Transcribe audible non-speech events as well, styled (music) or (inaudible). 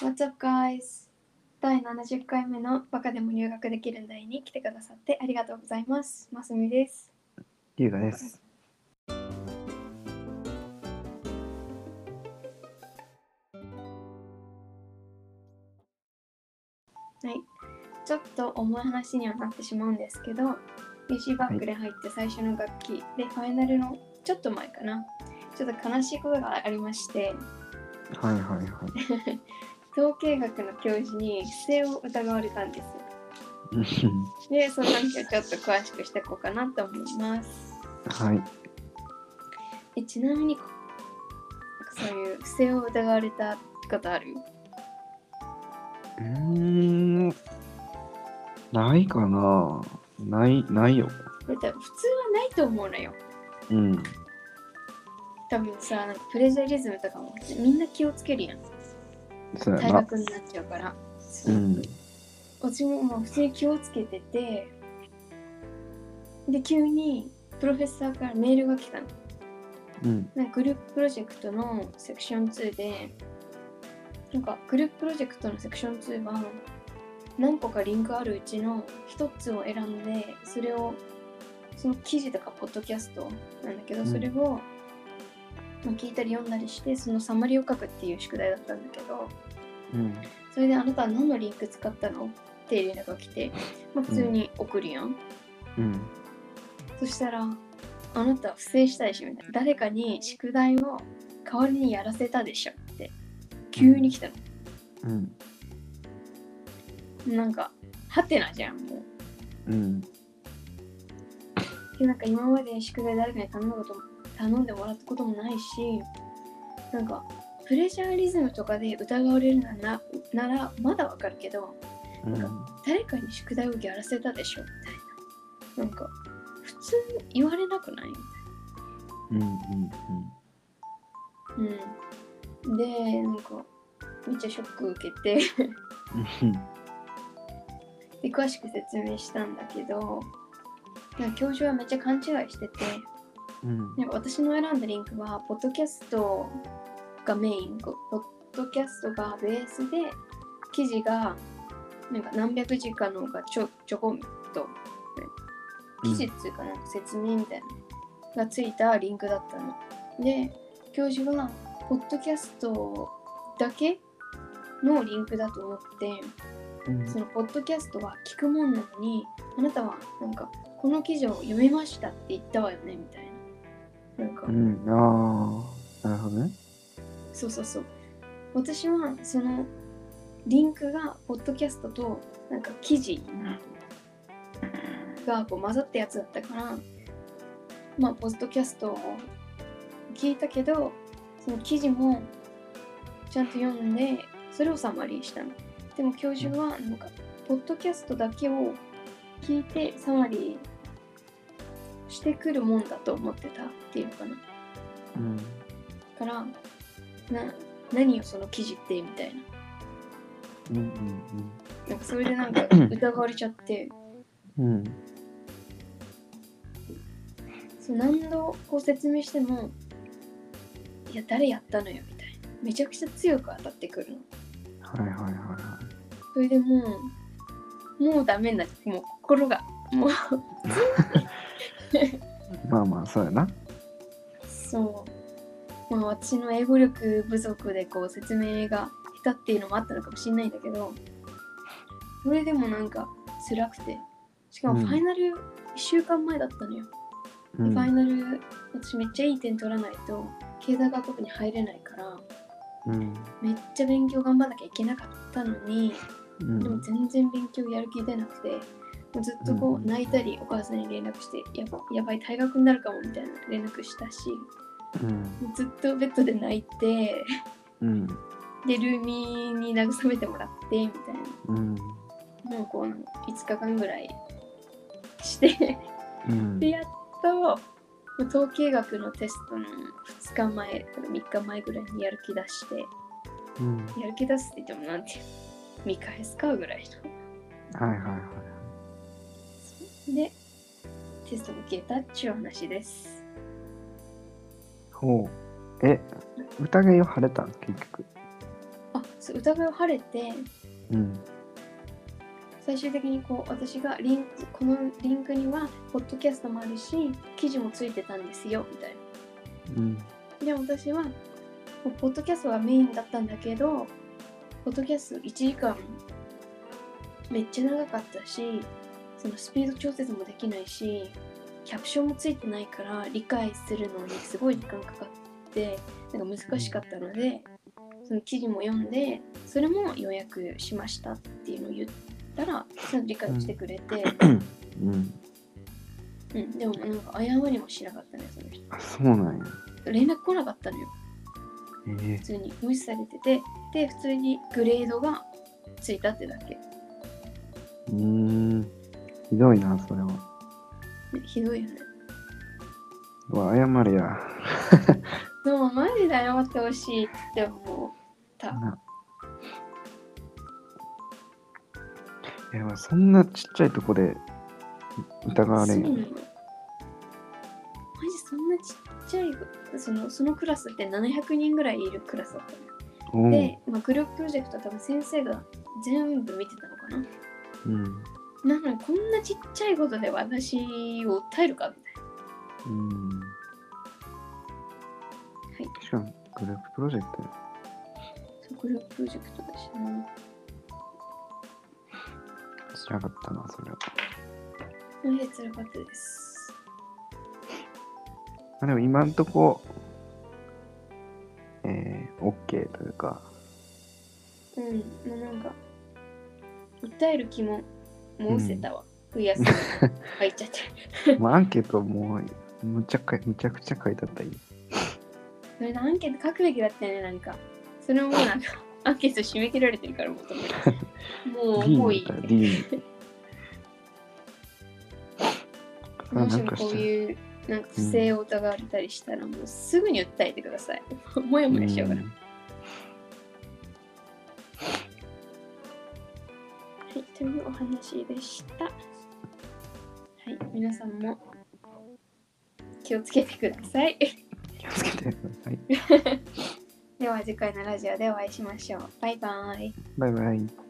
What's up, guys? 第70回目のバカでも入学できるんだいに来てくださってありがとうございます。ますみです。優雅です。はい。ちょっと重い話にはなってしまうんですけど、UC バックで入って最初の楽器で、ファイナルのちょっと前かな。ちょっと悲しいことがありまして、はいはいはい。統計学の教授に不正を疑われたんです。で、その話をちょっと詳しくしていこうかなと思います。はい。えちなみにこそういう不正を疑われたことあるうーん。ないかな。ない、ないよ。これ多分普通はないと思うのようん。多分さなんかプレゼリズムとかもみんな気をつけるやんそうや退な。学になっちゃうからうん。うちももう普通に気をつけててで急にプロフェッサーからメールが来たのうん。なんかグループプロジェクトのセクション2でなんかグループプロジェクトのセクション2は何個かリンクあるうちの1つを選んでそれをその記事とかポッドキャストなんだけどうんそれを、まあ聞いたり読んだりしてそのサマリーを書くっていう宿題だったんだけどうん。それであなたは何のリンク使ったのって連絡が来て、まあ、普通に送るやんうん。そしたら「あなたは不正したでしょ」みたいな「誰かに宿題を代わりにやらせたでしょ」って急に来たの、うん。なんかハテナじゃんもううん。でなんか今まで宿題誰かに頼んだことも頼んでもらったこともないしなんかプレジャーリズムとかで疑われるならならまだわかるけどうん。誰かに宿題をやらせたでしょみたいななんか普通言われなくないうん。うんでなんかめっちゃショック受けてうん。で詳しく説明したんだけどなんか教授はめっちゃ勘違いしててうん。なんか私の選んだリンクはポッドキャストがメインこうポッドキャストがベースで記事がなんか何百字かのがちょちょこんと記事っていうかなんか説明みたいなのがついたリンクだったの。で教授はポッドキャストだけのリンクだと思ってうん。そのポッドキャストは聞くもんなのにあなたはなんかこの記事を読みましたって言ったわよねみたいななんか、うん。ああ。なるほどね。そうそうそう私はそのリンクがポッドキャストとなんか記事がこう混ざったやつだったからまあポッドキャストを聞いたけどその記事もちゃんと読んでそれをサマリーしたのでも教授はなんかポッドキャストだけを聞いてサマリーしてくるもんだと思ってたっていうのかなうん。からな何よその記事ってみたいなうん。なんかそれでなんか疑われちゃってうん。うん。そう何度こう説明してもいや誰やったのよみたいなめちゃくちゃ強く当たってくるのはいはいはいはそれでもうもうダメになっもう心がもうい。まあまあ、そうやな。そうまあ私の英語力不足でこう説明が下手っていうのもあったのかもしれないんだけどそれでもなんか辛くてしかもうんファイナル1週間前だったのよ、うファイん。ナル私めっちゃいい点取らないと経済学部に入れないからうん。めっちゃ勉強頑張らなきゃいけなかったのにうでもん。全然勉強やる気出なくてもうずっとこうんう泣いたりお母さんに連絡してやばやばい退学になるかもみたいな連絡したしうん。ずっとベッドで泣いてうん。でルーミーに慰めてもらってみたいうん。なもうこう5日間ぐらいしてうんで。やっと統計学のテストの2日前とか3日前ぐらいにやる気出してうん。やる気出すって言ってもなんていうの見返すかぐらいはいはいはい。のでテスト受けたっちゅう話ですほう。え、宴を晴れたん結局。あそう疑いを晴れてうん。最終的にこう私がリンクこのリンクにはポッドキャストもあるし記事もついてたんですよみたいなうん。で私はもうポッドキャストがメインだったんだけどポッドキャスト1時間めっちゃ長かったしそのスピード調節もできないしキャプションもついてないから理解するのにすごい時間かかってなんか難しかったのでその記事も読んでそれも予約しましたっていうのを言ったらその理解してくれて、うん。うんでもなんか謝りもしなかったねその人あ、そうなんや。連絡来なかったのよええ普通に無視されててで普通にグレードがついたってだけうーん。ひどいな、それは。ねひどいよねうわ、謝れや。でもマジで謝ってほしいって思ったいや、まあそんなちっちゃいとこで疑われそうんなやのねマジそんなちっちゃいそのそのクラスって700人ぐらいいるクラスだったのよおうで、まあ、グループプロジェクトは多分先生が全部見てたのかなうん。なのにこんなちっちゃいことで私を訴えるかみたいうん。なはいしかも、グループプロジェクトや。そうグループプロジェクトだしな知らなかったな、それは。マジで辛かったですまあ、でも今んとこ、えー、OK という (laughs) か、うん、もうなんか、訴える気も、もうせたわ。増やす。入っちゃって。まあ、アンケートもむちゃかむちゃくちゃ書いてあったらいい。それでアンケート書くべきだったよね、なんか。それももう (laughs) なんか、アンケート締め切られてるから、もうと思って。もう、 D もういみい。たいな、D (laughs) もなしんもかこしうていう、なんか不正を疑われたりしたら、もうすぐに訴えてください。もやもやしちゃうから。んはい、というお話でした。はい、皆さんも気をつけてください。気をつけてください。では次回のラジオでお会いしましょう。バイバイ。バイバイ。